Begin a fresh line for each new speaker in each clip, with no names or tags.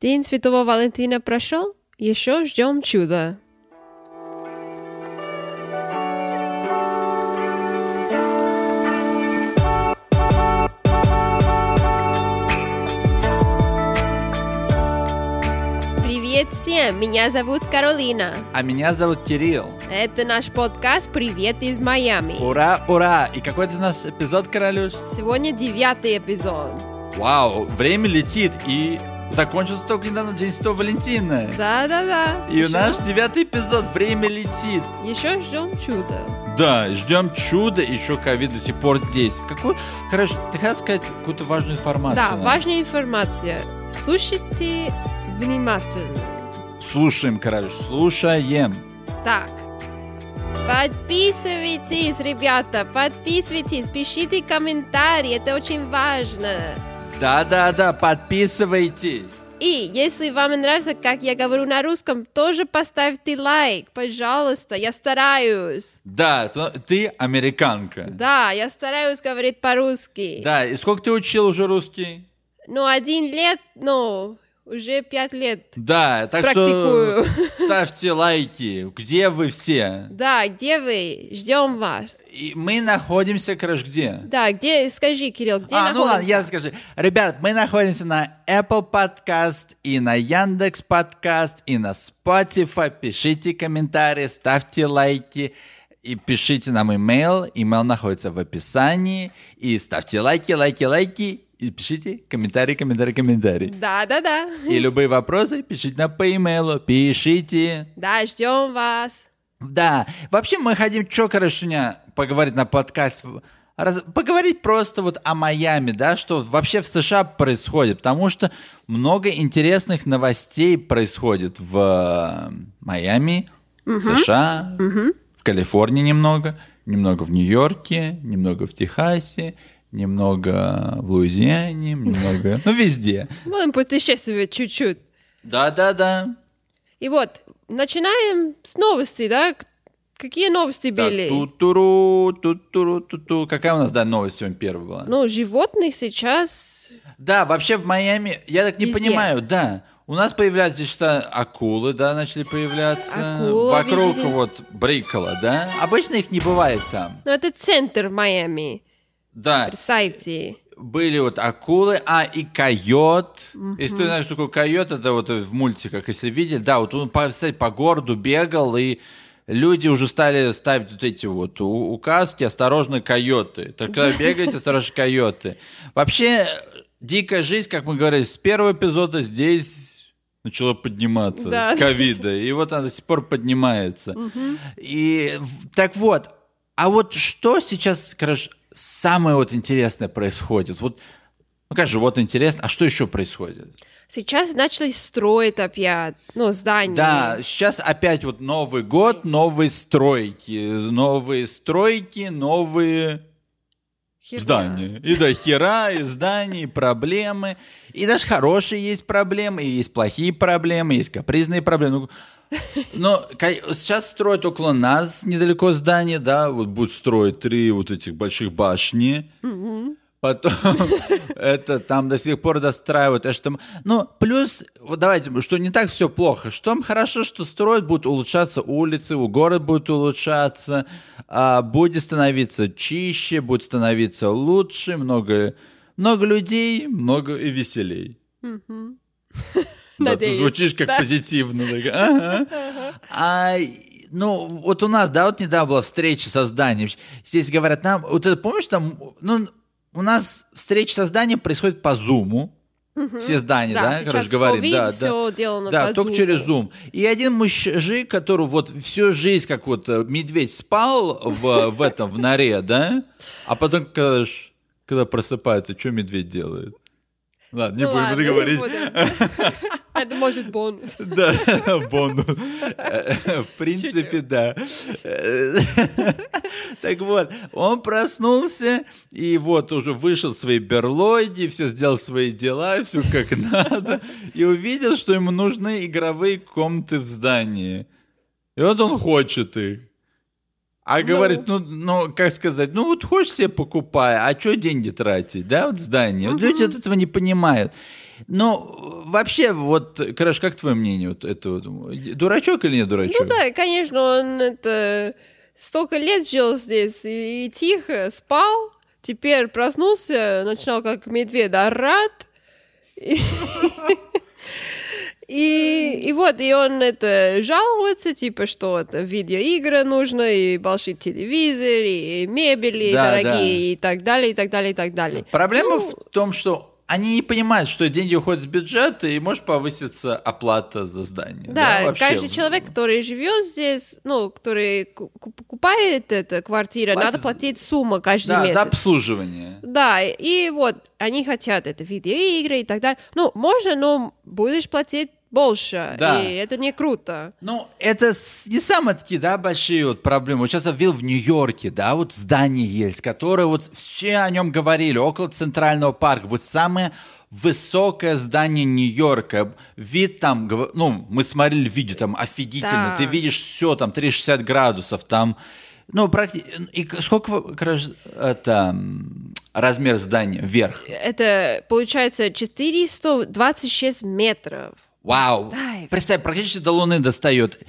День Святого Валентина прошел, еще ждем чуда. Привет всем, меня зовут Каролина.
А меня зовут Кирилл.
Это наш подкаст «Привет из Майами».
Ура, ура! И какой ты у нас эпизод, Королюш?
Сегодня девятый эпизод.
Вау, время летит, и закончился только недавно День Святого Валентина.
Да-да-да.
И у
Еще-
нас девятый эпизод, время летит.
Еще ждем чуда.
Да, ждем чуда, еще ковид до сих пор здесь. Какую, короче, ты хотел сказать какую-то важную информацию?
Да,
нам?
важная информация. Слушайте внимательно.
Слушаем, Королюш, слушаем.
Так. Подписывайтесь, ребята, подписывайтесь, пишите комментарии, это очень важно.
Да-да-да, подписывайтесь.
И если вам нравится, как я говорю на русском, тоже поставьте лайк, пожалуйста, я стараюсь.
Да, то- ты американка.
Да, я стараюсь говорить по-русски.
Да, и сколько ты учил уже русский?
Ну, один лет, ну, уже пять лет.
Да, так
Практикую.
что ставьте лайки, где вы все?
Да, где вы? Ждем вас.
И мы находимся, короче, где?
Да, где, скажи, Кирилл, где
а, ну ладно,
находимся?
я скажу. Ребят, мы находимся на Apple Podcast и на Яндекс Podcast и на Spotify. Пишите комментарии, ставьте лайки и пишите нам имейл. Имейл находится в описании. И ставьте лайки, лайки, лайки. И пишите комментарии, комментарии, комментарии.
Да, да, да.
И любые вопросы пишите нам по имейлу. Пишите.
Да, ждем вас.
Да, вообще мы хотим чё, короче, сегодня поговорить на подкасте, раз- поговорить просто вот о Майами, да, что вообще в США происходит, потому что много интересных новостей происходит в э, Майами, в США, в Калифорнии немного, немного в Нью-Йорке, немного в Техасе, немного в Луизиане, немного, ну везде.
Будем путешествовать чуть-чуть.
Да-да-да.
И вот, начинаем с новостей, да? К- Какие новости
Так,
были?
Ту-туру, ту-туру, ту-ту. Какая у нас, да, новость сегодня первая была?
Ну, животных сейчас...
Да, вообще в Майами, я так не
Везде.
понимаю, да. У нас появляются что акулы, да, начали появляться.
Акулы
Вокруг
везде.
вот Брикола, да. Обычно их не бывает там.
Ну, это центр Майами,
Да,
представьте.
были вот акулы, а и койот. Если ты знаешь, что такое койот, это вот в мультиках, если видели, да, вот он по, кстати, по городу бегал, и люди уже стали ставить вот эти вот у- указки «Осторожно, койоты». Так когда бегаете, осторожно, койоты. Вообще, дикая жизнь, как мы говорили, с первого эпизода здесь начала подниматься
Да.
с ковида, и вот она до сих пор поднимается. И в- так вот, а вот что сейчас, короче, самое вот интересное происходит? Вот, ну, конечно, вот интересно, а что еще происходит?
Сейчас начали строить опять, ну, здание.
Да, сейчас опять вот Новый год, новые стройки, новые стройки, новые
Херня.
здания. И да, хера, и здания, и проблемы. И даже хорошие есть проблемы, и есть плохие проблемы, есть капризные проблемы. Ну, Но ка- сейчас строят около нас недалеко здание, да, вот будут строить три вот этих больших башни. Потом это там до сих пор достраивают. а что там- Ну, плюс, вот давайте, что не так все плохо. Что там хорошо, что строят, будут улучшаться улицы, у город будет улучшаться, а, будет становиться чище, будет становиться лучше, много, много людей, много и веселей. Да, ты
Надеюсь,
звучишь как
да.
позитивно. так, ага. А, ну, вот у нас, да, вот недавно была встреча со зданием. Здесь говорят нам, вот это, помнишь, там, ну, у нас встреча со зданием происходит по зуму. Все здания, да,
Да,
короче,
сейчас
говорит,
COVID
да, да.
все делано
Да,
по
только
Zoom.
через Zoom. И один мужик, который вот всю жизнь, как вот э, медведь, спал в, в этом, в норе, да? А потом, когда, ж- когда просыпается, что медведь делает? Ладно, не
Ну
будем
ладно,
это
не
говорить.
будем. Это может бонус.
Да, бонус. Э, В принципе, да. Э, Так вот, он проснулся, и вот уже вышел из своей берлоги, все сделал свои дела, все как надо, и увидел, что ему нужны игровые комнаты в здании. И вот он хочет их. А говорит, ну, ну, как сказать, ну вот хочешь себе покупай, а что деньги тратить, да, вот здание. Вот люди от этого не понимают. Ну, вообще, вот, Краш, как твое мнение? Вот это вот, дурачок или не дурачок?
Ну да, конечно, он это столько лет жил здесь и, и тихо спал, теперь проснулся, начинал как медведь орать. И, и, и вот, и он это жалуется, типа, что вот видеоигры нужно, и большой телевизор, и мебели
Да,
дорогие,
да.
и так далее, и так далее, и так далее.
Проблема
Ну,
в том, что они не понимают, что деньги уходят с бюджета, и может повыситься оплата за здание.
Да,
вообще.
каждый человек, который живет здесь, ну, который ку- ку- покупает эту квартиру,
Платит
надо
за-
платить сумму каждый
Да,
месяц.
за обслуживание.
Да, и вот они хотят это видеоигры и так далее. Ну, можно, но будешь платить больше,
Да.
и это не круто.
Ну, это с- не самые такие, да, большие вот проблемы. Вот сейчас я видел в Нью-Йорке, да, вот здание есть, которое вот все о нем говорили, около Центрального парка, вот самое высокое здание Нью-Йорка. Вид там, гов- ну, мы смотрели видео, там офигительно,
Да.
ты видишь все, там 360 градусов, там, ну, практически, и к- сколько во- краж- это, м, размер здания вверх?
Это получается 426 метров.
Вау!
Представь.
Представь, практически до Луны достает.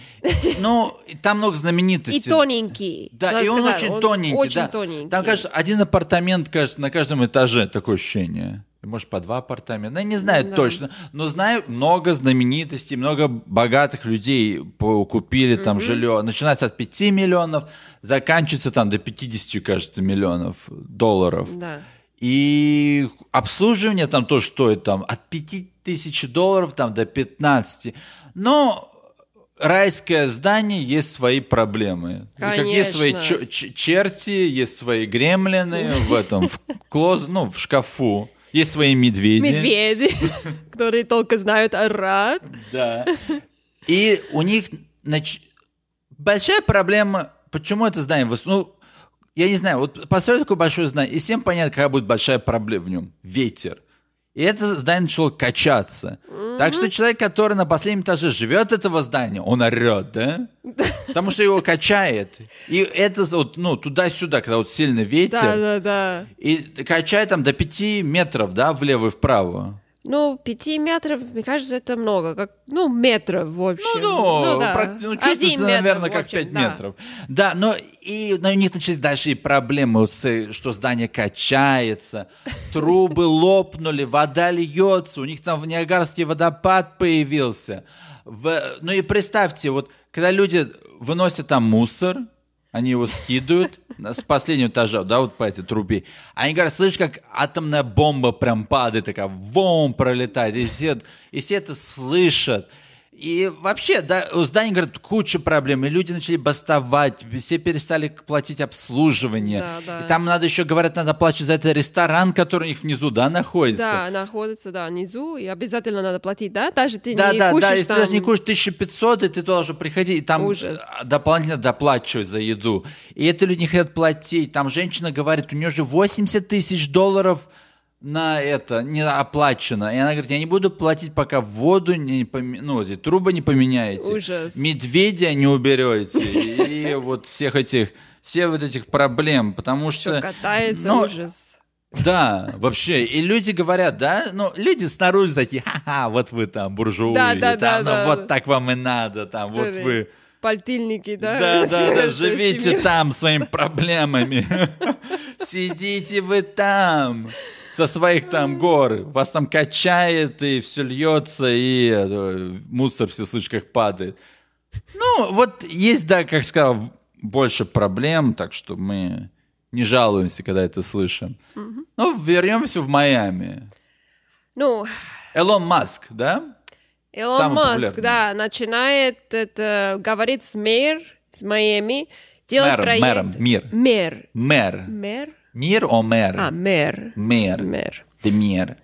Ну, и там много
И
знаменитостей.
тоненький.
Да,
надо
и он
сказать,
очень тоненький.
Очень
да.
тоненький.
Там, кажется, один апартамент, кажется, на каждом этаже такое ощущение. Может, по два апартамента. Ну, Я не знаю
Да.
точно. Но знаю, много знаменитостей, много богатых людей по- купили там жилье. Начинается от 5 миллионов, заканчивается там до 50, кажется, миллионов долларов.
Да.
И обслуживание там то, что это там от 5000 долларов там до 15. Но райское здание есть свои проблемы. И Как есть свои
Конечно.
чер- ч- черти, есть свои гремлины в этом, в клоз, ну, в шкафу. Есть свои медведи.
Медведи, которые только знают орать.
Да. И у них нач- большая проблема, почему это здание выс- ну, я не знаю, вот построили такое большое здание, и всем понятно, какая будет большая проблема в нем. Ветер. И это здание начало качаться. Так что человек, который на последнем этаже живет этого здания, он орет, да? Потому что его качает. И это вот, ну, туда-сюда, когда вот сильный ветер.
Да, да, да.
И качает там до 5 метров, да, влево и вправо.
Ну, пяти метров, мне кажется, это много. Как, ну, метров, в общем.
Ну, ну,
да.
практи- ну,
Один
чувствуется,
метр,
наверное,
в
как
общем,
5
да.
метров. Да, но и но у них начались дальше и проблемы, вот с- что здание качается, трубы лопнули, вода льется, у них там в Ниагарский водопад появился. В- ну и представьте, вот когда люди выносят там мусор, они его скидывают на- с последнего этажа, да, вот по этой трубе. Они говорят, слышишь, как атомная бомба прям падает, такая вом пролетает, и все, и все это слышат. И вообще, да, у здания, говорят, куча проблем, и люди начали бастовать, все перестали платить обслуживание.
Да, да.
И там надо еще, говорят, надо платить за этот ресторан, который у них внизу, да, находится.
Да, находится, да, внизу, и обязательно надо платить, да? Даже ты
Да,
не
да,
кушаешь
да, если
там...
ты даже не кушаешь 1500, и ты должен приходить, и там
Ужас.
э, дополнительно доплачивать за еду. И это люди не хотят платить. Там женщина говорит, у нее же 80 тысяч долларов на это не оплачено. И она говорит, я не буду платить, пока воду, не поме- ну, эти трубы не поменяете.
Ужас.
Медведя не уберете. И вот всех этих, все вот этих проблем, потому
Всё
что...
катается,
Ну,
ужас.
Да, вообще. И люди говорят, да, ну, люди снаружи такие, ха-ха, вот вы там буржуи,
Да, да, да,
там, ну,
да.
вот так вам и надо, там, вот
Которые,
вы.
Пальтильники, да?
Да, да, да,
Всю
живите
семью.
там своими проблемами. Сидите вы там со своих там гор. Вас там качает, и все льется, и э, мусор в сосучках падает. Ну, вот есть, да, как сказал, в- больше проблем, так что мы не жалуемся, когда это слышим. Ну, вернемся в Майами.
Ну,
Элон Маск, да?
Илон
Самый
Маск,
популярный.
да, начинает это, говорит с мэр, с Майами, делать
мэром,
проект...
мэром, мир.
Мэр.
Мэр.
Мэр?
Мир о мэр?
А, мэр.
Мэр.
Мэр.
Ты мэр.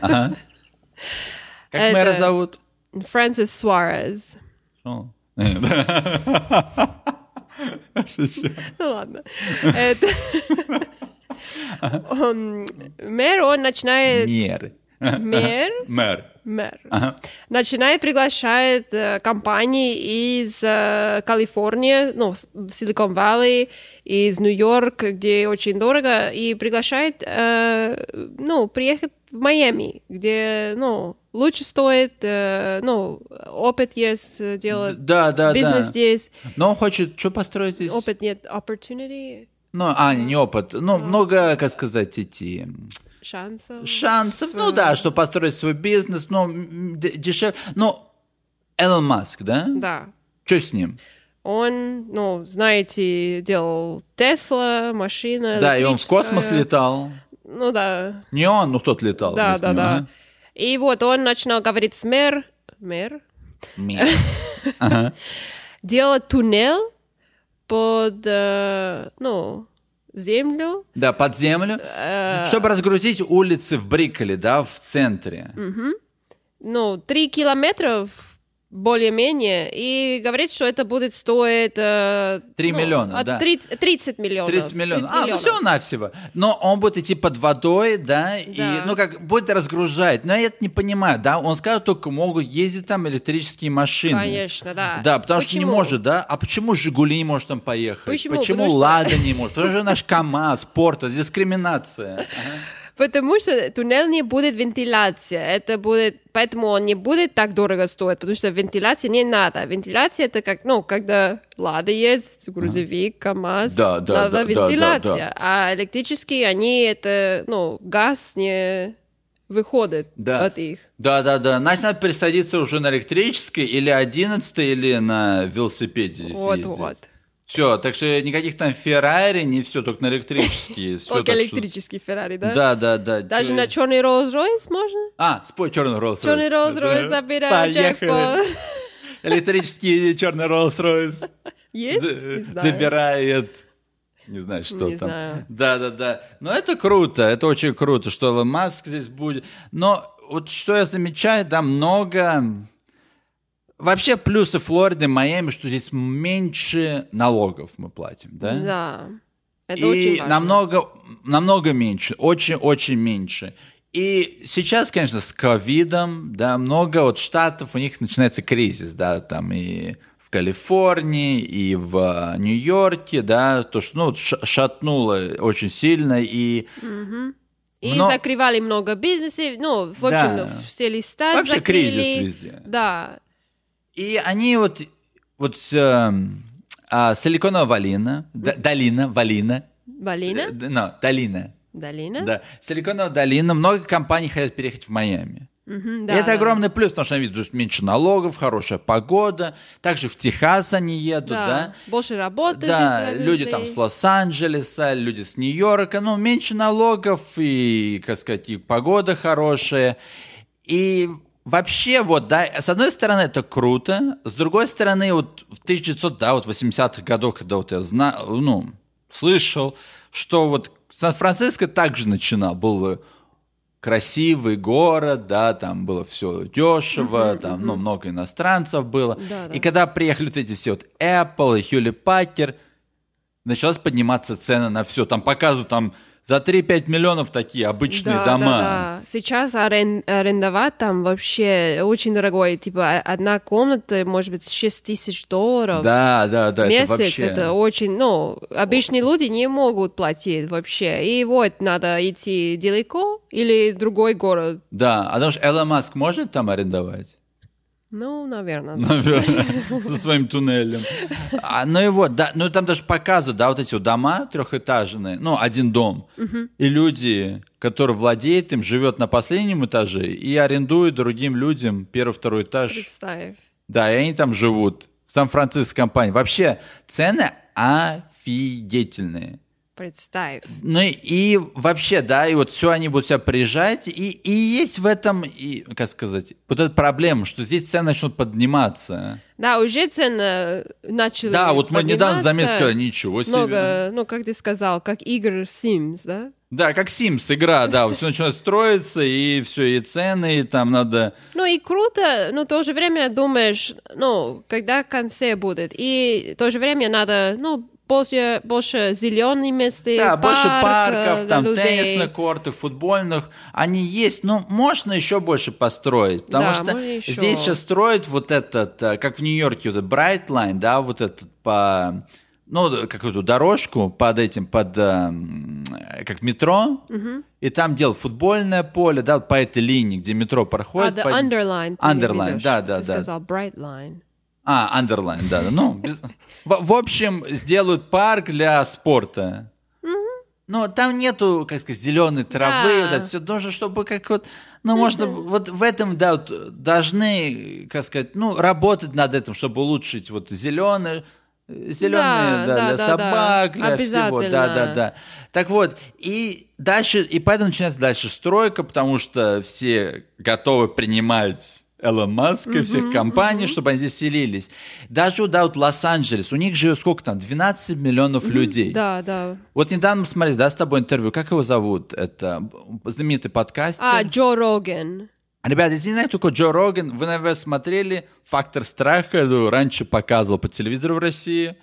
Ага. Как
Это-
мэра зовут?
Фрэнсис Суарес.
О.
Ну ладно. Это- Он- Мэр, он начинает...
Мэр.
Мэр?
Мэр.
Мэр.
Ага.
Начинает приглашает э, компании из э, Калифорнии, ну, с- в Silicon Valley, из Нью-Йорка, где очень дорого, и приглашает, э, ну, приехать в Майами, где, ну, лучше стоит, э, ну, опыт есть э, делать,
Да, да,
бизнес
да.
здесь,
Но он хочет что построить здесь?
опыт нет, opportunity,
Ну, а, не опыт. Ну, много, как сказать, эти
шансов.
шансов. Ну да, что построить свой бизнес, но м, д- дешевле. Но Элон Маск, да?
Да.
Что с ним?
Он, ну, знаете, делал Тесла, машина,
Да, и он в
Э, электрическая.
космос летал.
Ну да,
Не он, но кто-то летал.
да,
вместе
да,
с ним,
да. И вот он начинал говорить с мэр, мэр,
а? Мир. Ага.
делать туннель под, э, ну, землю.
Да, под землю.
Э,
Чтобы разгрузить улицы в Бриколе, да, в центре.
ну, 3 километра в- более-менее, и говорит, что это будет стоить... э,
Три
ну,
миллиона,
от
да.
30, 30 миллионов.
30 миллионов. А, ну все навсего. Но он будет идти под водой, да, и,
Да.
ну как, будет разгружать. Но я это не понимаю, да, он сказал, только могут ездить там электрические машины.
Конечно, да.
Да, потому что не
Почему?
может, да? А почему «Жигули» не может там поехать?
Почему? Потому что-
«Лада» не может? Потому что наш КамАЗ, порта, дискриминация.
Потому что туннель не будет вентиляция. Это будет... Поэтому он не будет так дорого стоить, потому что вентиляции не надо. Вентиляция это как, ну, когда Лада есть, грузовик, КАМАЗ.
Да,
надо
да, да, да, да,
вентиляция.
да.
А электрические, они это, ну, газ не выходит
Да.
от их.
Да-да-да, значит, надо пересадиться уже на электрической или 11 или на велосипеде
Вот-вот.
Все, так что никаких там Феррари, не все, только на электрические. Всё,
Только
так что-
электрический Феррари, да?
Да-да-да.
Даже
чё-
на черный Rolls-Royce можно?
А, спой черный Rolls-Royce.
Черный Rolls-Royce забирает
Поехали.
джекпот.
Электрический черный Rolls-Royce.
Есть?
З-
Не знаю.
Забирает. Не знаю, что
Не
там.
знаю.
Да, да, да. Но это круто, это очень круто, что Элон Маск здесь будет. Но вот что я замечаю, да, много... Вообще плюсы Флориды, Майами, что здесь меньше налогов мы платим, да?
Да. Это очень
И
важно.
намного, намного меньше, очень-очень меньше. И сейчас, конечно, с ковидом, да, много вот штатов, у них начинается кризис, да, там и в Калифорнии, и в э, Нью-Йорке, да, то, что, ну, вот ш- шатнуло очень сильно, и
И
мно-
закрывали много бизнесов. Ну, в общем,
Да.
все листа
вообще
закрыли.
кризис везде.
Да.
И они вот, вот э, а, Силиконовая долина, да- долина, валина,
Балина?
Э, no, долина,
Долина?
да, Силиконовая долина, много компаний хотят переехать в Майами.
Мгм,
И
да,
это
да.
огромный плюс, потому что они видят здесь меньше налогов, хорошая погода. Также в Техас они едут, да?
Да. Ну, Больше работы.
Да,
здесь для
люди
людей.
там с Лос-Анджелеса, люди с Нью-Йорка, ну, меньше налогов и, как сказать, и погода хорошая. И вообще, вот, да, с одной стороны, это круто, с другой стороны, вот в 1900, да, вот 80-х годах, когда вот я знал, ну, слышал, что вот Сан-Франциско также начинал, был красивый город, да, там было все дешево, там, ну, много иностранцев было.
Да, да.
И когда приехали вот эти все вот Apple и Hewlett Packard, началась подниматься цены на все. Там показывают там за 3-5 миллионов такие обычные
Да,
дома.
да, да. Сейчас арен- арендовать там вообще очень дорогой. Типа о- одна комната, может быть, 6 тысяч долларов.
Да, да, да,
месяц
это вообще.
это очень, ну, обычные люди не могут платить вообще. И вот надо идти далеко или другой город.
Да, а потому что Элон Маск может там арендовать?
Ну, наверное.
Наверное, со своим туннелем. А, ну и вот, да, ну там даже показывают, да, вот эти вот дома трехэтажные, ну, один дом. И люди, которые владеют им, живет на последнем этаже и арендует другим людям первый, второй этаж.
Представь.
Да, и они там живут. В Сан-Франциско компании. Вообще, цены офигительные.
Представь.
Ну и- и вообще, да, и вот все они будут себя приезжать, и, и есть в этом, и, как сказать, вот эта проблема, что здесь цены начнут подниматься.
Да, уже цены э, начали
да, вот мы недавно
подниматься.
заметили, ничего себе.
Много, ну, как ты сказал, как игр Sims, да?
Да, как Sims игра, да, все начинает строиться, и все, и цены, и там надо...
Ну и круто, но в то же время думаешь, ну, когда в конце будет. И в то же время надо, ну, больше, больше зеленые места,
Да, больше
парк, э,
парков,
для
там
людей.
теннисных кортов, футбольных, они есть, но можно еще больше построить, потому
Да,
что
можно еще.
здесь сейчас строят вот этот, э, как в Нью-Йорке, вот этот Брайтлайн, да, вот этот по, ну, как эту дорожку под этим, под эм, э, как метро, и там делал футбольное поле, да, вот по этой линии, где метро
А,
проходит.
да,
по-
underline. ты не
Underline,
ведёшь.
да, да,
Ты
да.
сказал bright line.
А, Андерлайн, да. да, Ну, без- в, в общем, сделают парк для спорта. Но там нету, как сказать, зеленой травы,
Да.
вот это все должно, чтобы как вот, ну, можно, вот в этом, да, вот должны, как сказать, ну, работать над этим, чтобы улучшить вот зеленый, зеленые,
Да,
да,
да,
для
да,
собак,
да.
для всего, да, да,
Обязательно.
да. Да. Так вот, и дальше, и поэтому начинается дальше стройка, потому что все готовы принимать Элон Маска и всех компаний, чтобы они здесь селились. Даже вот, да, вот Лос-Анджелес, у них живет сколько там, 12 миллионов людей.
Да, да.
Вот недавно мы смотрели, да, с тобой интервью, как его зовут? Это знаменитый подкастер.
А, Джо Роган.
А, Ребята, если не знаете, только Джо Роган, вы, наверное, смотрели «Фактор страха», ну, раньше показывал по телевизору в России,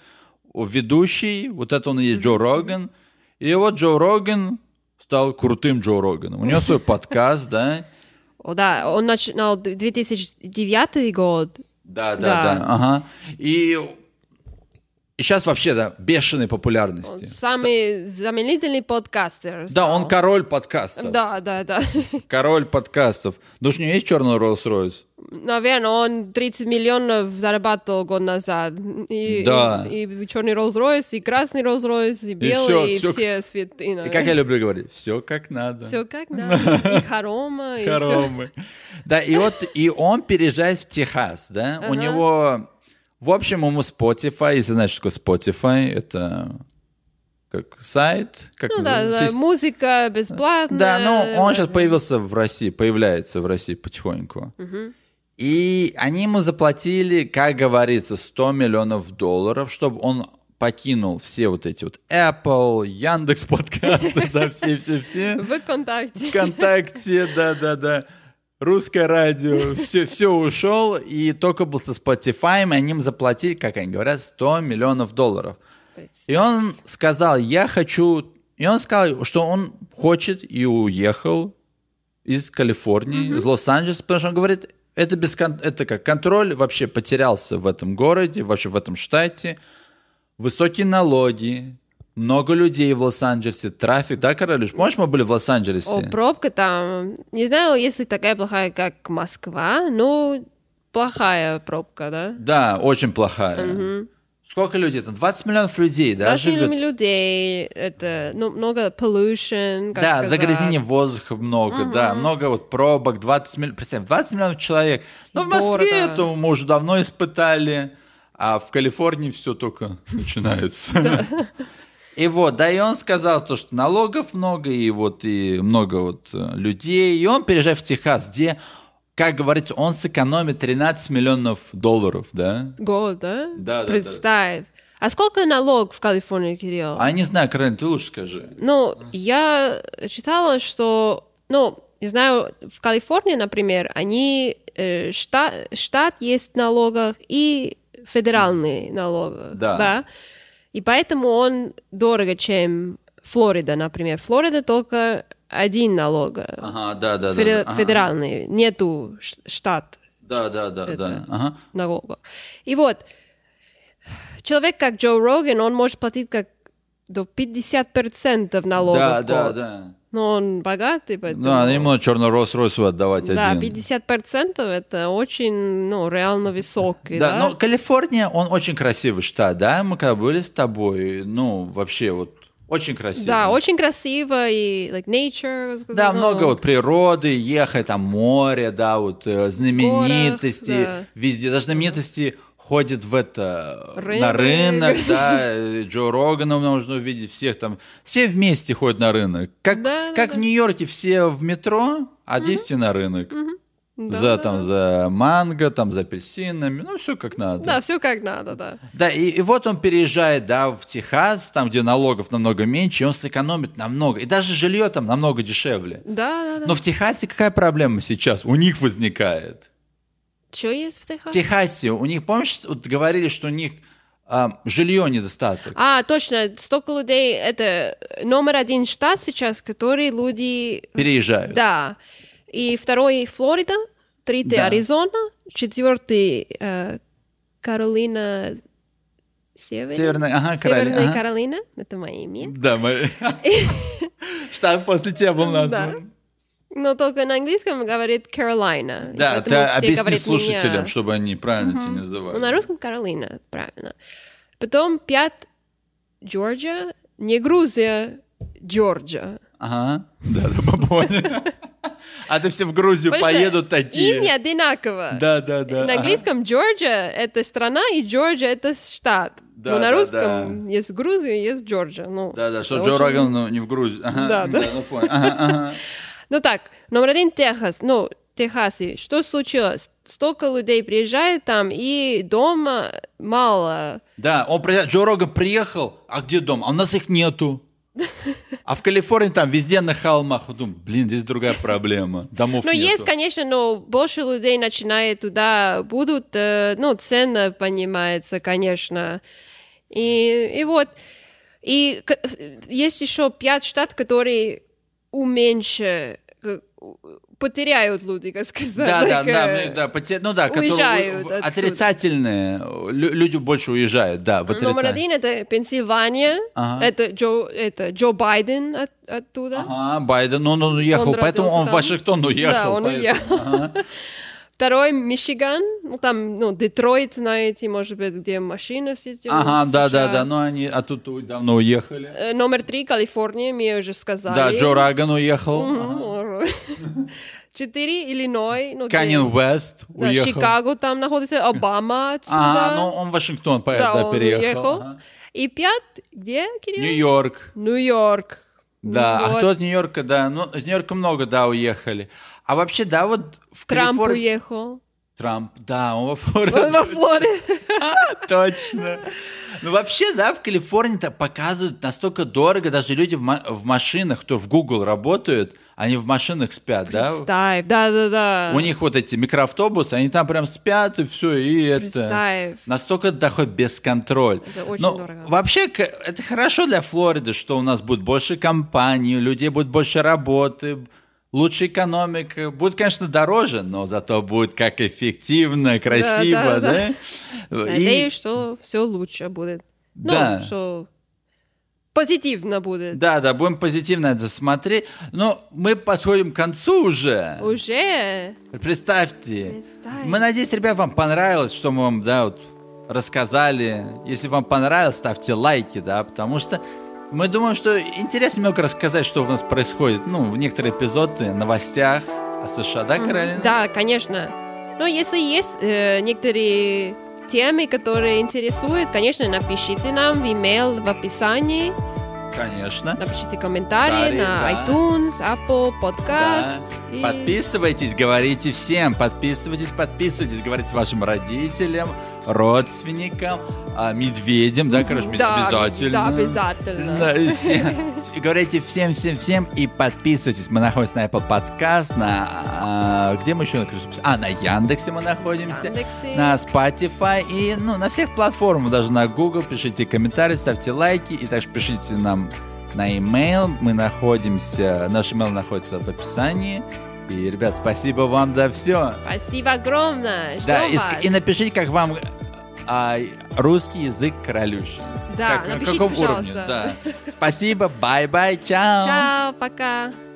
О, ведущий, вот это он и есть Джо Роган, и вот Джо Роган стал крутым Джо Роганом. У него свой подкаст, да?
О, да, он начинал д- 2009 год.
Да, да,
Да.
да, ага. И сейчас вообще, да, бешеной популярности.
Он самый знаменательный подкастер.
Да, он
стал.
король подкастов.
Да, да, да.
Король подкастов. Ну, у него есть черный Rolls-Royce?
Наверное, он 30 миллионов зарабатывал год назад. И,
Да.
И, черный Rolls-Royce, и красный Rolls-Royce, и белый, и,
всё, всё
все свет... И,
И как я люблю говорить, все как надо.
Все как надо. И Харома, и все.
Хоромы. Да, и вот и он переезжает в Техас, да? У
Ага.
него, в общем, ему Spotify, если знаешь, что такое Spotify, это как сайт, как
Ну да, да,
сис-
музыка бесплатная.
да, ну он сейчас появился в России, появляется в России потихоньку. И они ему заплатили, как говорится, 100 миллионов долларов, чтобы он покинул все вот эти вот Apple, Яндекс подкасты, да, все-все-все.
В ВКонтакте.
ВКонтакте, да, да, да. Русское радио, все, все ушел, и только был со Spotify, и они им заплатили, как они говорят, 100 миллионов долларов. И он сказал, я хочу... И он сказал, что он хочет и уехал из Калифорнии, из Лос-Анджелеса, потому что он говорит, это, без кон- это как контроль вообще потерялся в этом городе, вообще в этом штате. Высокие налоги, много людей в Лос-Анджелесе, трафик, да, Королюш? Помнишь, мы были в Лос-Анджелесе?
О, пробка там. Не знаю, если такая плохая, как Москва, но плохая пробка, да?
Да, очень плохая. Сколько людей там? 20 миллионов людей, да,
Даже
живет?
людей, это, ну, много pollution, как
Да,
сказать.
загрязнение воздуха много, да, много вот пробок, 20 миллионов, представь, 20 миллионов человек. Ну, в Москве
Дорого.
это мы уже давно испытали, а в Калифорнии все только начинается. И вот, да, и он сказал то, что налогов много, и вот, и много вот э, людей, и он переезжает в Техас, где, как говорится, он сэкономит 13 миллионов долларов, да?
Год, да?
Да, да, да.
Представь. А сколько налог в Калифорнии, Кирилл?
А я не знаю, Карен, ты лучше скажи.
Ну, я читала, что, ну, не знаю, в Калифорнии, например, они э, шта- штат есть в налогах и федеральные налоги,
Да.
И поэтому он дорого, чем Флорида, например. Флорида только один налог,
Ага, да, да, да.
феде-
да. Ага.
федеральный, нету ш- штат
Да, да, да, да.
Это.
Ага.
налогов. И вот, человек, как Джо Роган, он может платить как до 50% налогов
Да,
в
да,
год.
да.
Но он богатый, поэтому...
Да, ему черный рос отдавать
Да,
один.
50% это очень, ну, реально высокий,
Да, ну,
да?
но Калифорния, он очень красивый штат, да? Мы когда были с тобой, ну, вообще вот очень красивый.
Да, очень красиво и, like, nature, как сказать,
Да,
ну,
много вот природы, ехать, там море, да, вот э, знаменитости,
да.
везде, даже знаменитости ходят в это,
Рынок.
на рынок, да, э, Джо Рогана можно увидеть, всех там, все вместе ходят на рынок, как,
Да, да,
как в
да.
Нью-Йорке все в метро, а здесь все на рынок,
да,
за
да,
там,
да.
за манго, там, за апельсинами, ну, все как надо.
Да, все как надо, да.
Да, и, и вот он переезжает, да, в Техас, там, где налогов намного меньше, и он сэкономит намного, и даже жилье там намного дешевле.
Да, да, да.
Но в Техасе какая проблема сейчас у них возникает?
Чё есть в Техасе?
В Техасе у них, помнишь, вот говорили, что у них а, жилье недостаток?
А, точно, столько людей, это номер один штат сейчас, который люди...
Переезжают.
А, Да. И второй Флорида, третий
Да.
Аризона, четвертый э, Каролина Северной,
Северная, ага, Каролина.
Северная
ага.
Каролина, это мое имя.
Да, мы... Штат после тебя был назван.
Но только на английском говорит Carolina. и
Да, ты
поэтому все
объясни
говорят
слушателям,
меня.
чтобы они правильно тебя называли.
Ну, на русском Каролина, правильно. Потом пят Джорджия, не Грузия, Джорджия.
Ага, да, да, мы поняли. А то все в Грузию
Потому что
поедут такие.
Имя одинаково.
Да, да, да.
На
ага.
английском Джорджия — это страна, и Джорджия — это штат.
Да,
Но
да,
на русском есть Грузия, есть Джорджия. Ну,
Да, да, что
это
Джо
очень-
Роган ну, не в Грузию. Ага,
Да, да.
ну понял. Ага, ага.
Ну так, номер один Техас. Ну, Техас. И Что случилось? Столько людей приезжает там, и дома мало.
Да, он при- Джо Роган приехал, а где дом? А у нас их нету. А в Калифорнии там везде на холмах. Вот Думаю, блин, здесь другая проблема. Домов
Ну,
нету.
есть, конечно, но больше людей начинает туда, будут, э, ну, цена понимается, конечно. И, и вот, и к- есть еще пять штат, которые уменьше э, потеряют люди, как сказать.
Да, да,
так,
да,
э,
мы- да, поте- ну да, которые у-
уезжают
в-
отсюда.
отрицательные, лю- люди больше уезжают, да, в
ну, Номер
отрицательные.
один это Пенсильвания,
Ага.
это Джо, это Джо Байден от- оттуда.
Ага, Байден, ну, он уехал,
Он
поэтому он
родился
в
там.
Вашингтон уехал.
Да, он
поэтому,
уехал.
ага.
Второй Мичиган, ну там, ну Детройт, знаете, может быть, где машины все эти,
Ага,
в
да,
США.
да, да, ну они, а тут у- давно уехали.
Э, Номер три Калифорния, мне уже сказали.
Да, Джо Раган уехал.
Мгм, ура. Четыре Иллиной, ну где-
Канин Уэст
Да,
уехал.
Чикаго там находится, Обама отсюда.
Ага, ну он в Вашингтон поехал,
да,
да,
он
переехал.
уехал.
Ага.
И пять, где, Кирилл?
Нью-Йорк.
Нью-Йорк.
Да, а
Ну Вот.
кто от Нью-Йорка, да, ну, из Нью-Йорка много, да, уехали. А вообще, да, вот в
Трамп
Калифорнии...
уехал.
Трамп, да, он во
Он во
Флориду.
Флориду.
Точно. Ну, вообще, да, в Калифорнии-то показывают настолько дорого, даже люди в, ма- в машинах, кто в Google работают, они в машинах спят, да?
Представь, да-да-да.
У них вот эти микроавтобусы, они там прям спят и все, и это...
Представь.
Настолько доход без контроля.
Это очень
Но
дорого.
Вообще, к- это хорошо для Флориды, что у нас будет больше компаний, у людей будет больше работы, лучше экономика. Будет, конечно, дороже, но зато будет как эффективно,
да,
красиво, да?
да.
И-
Надеюсь, что все лучше будет. Ну,
Да.
что позитивно будет.
Да, да, будем позитивно это смотреть. Но мы подходим к концу уже.
Уже
Представьте.
Представь.
Мы надеюсь, ребят, вам понравилось, что мы вам, да, вот рассказали. Если вам понравилось, ставьте лайки, да, потому что мы думаем, что интересно немного рассказать, что у нас происходит. Ну, в некоторые эпизоды, новостях о США, да, Каролина?
Да, конечно. Но если есть э, некоторые темы, которые интересуют, конечно, напишите нам в e-mail в описании,
Конечно.
напишите комментарии
Комментарии,
на
да.
iTunes, Apple
Да.
Podcast. и-
Подписывайтесь, говорите всем, подписывайтесь, подписывайтесь, говорите вашим родителям, родственникам, а, медведям, да, короче, мед-
Да,
обязательно.
Да, обязательно.
Да, и все- и говорите всем, всем, всем и подписывайтесь. Мы находимся на Apple Podcast, на а, где мы еще находимся? А на Яндексе мы находимся,
Яндексе.
на Spotify и ну на всех платформах, даже на Google. Пишите комментарии, ставьте лайки и также пишите нам на email. Мы находимся, наш email находится в описании. И, ребят, спасибо вам за все.
Спасибо огромное.
Да,
Ждем
и, ск-
вас.
и напишите, как вам а, русский язык королющий.
Да,
Как- на
напишите,
каком
пожалуйста.
уровне, да. Спасибо, бай-бай, чао.
Чао, пока.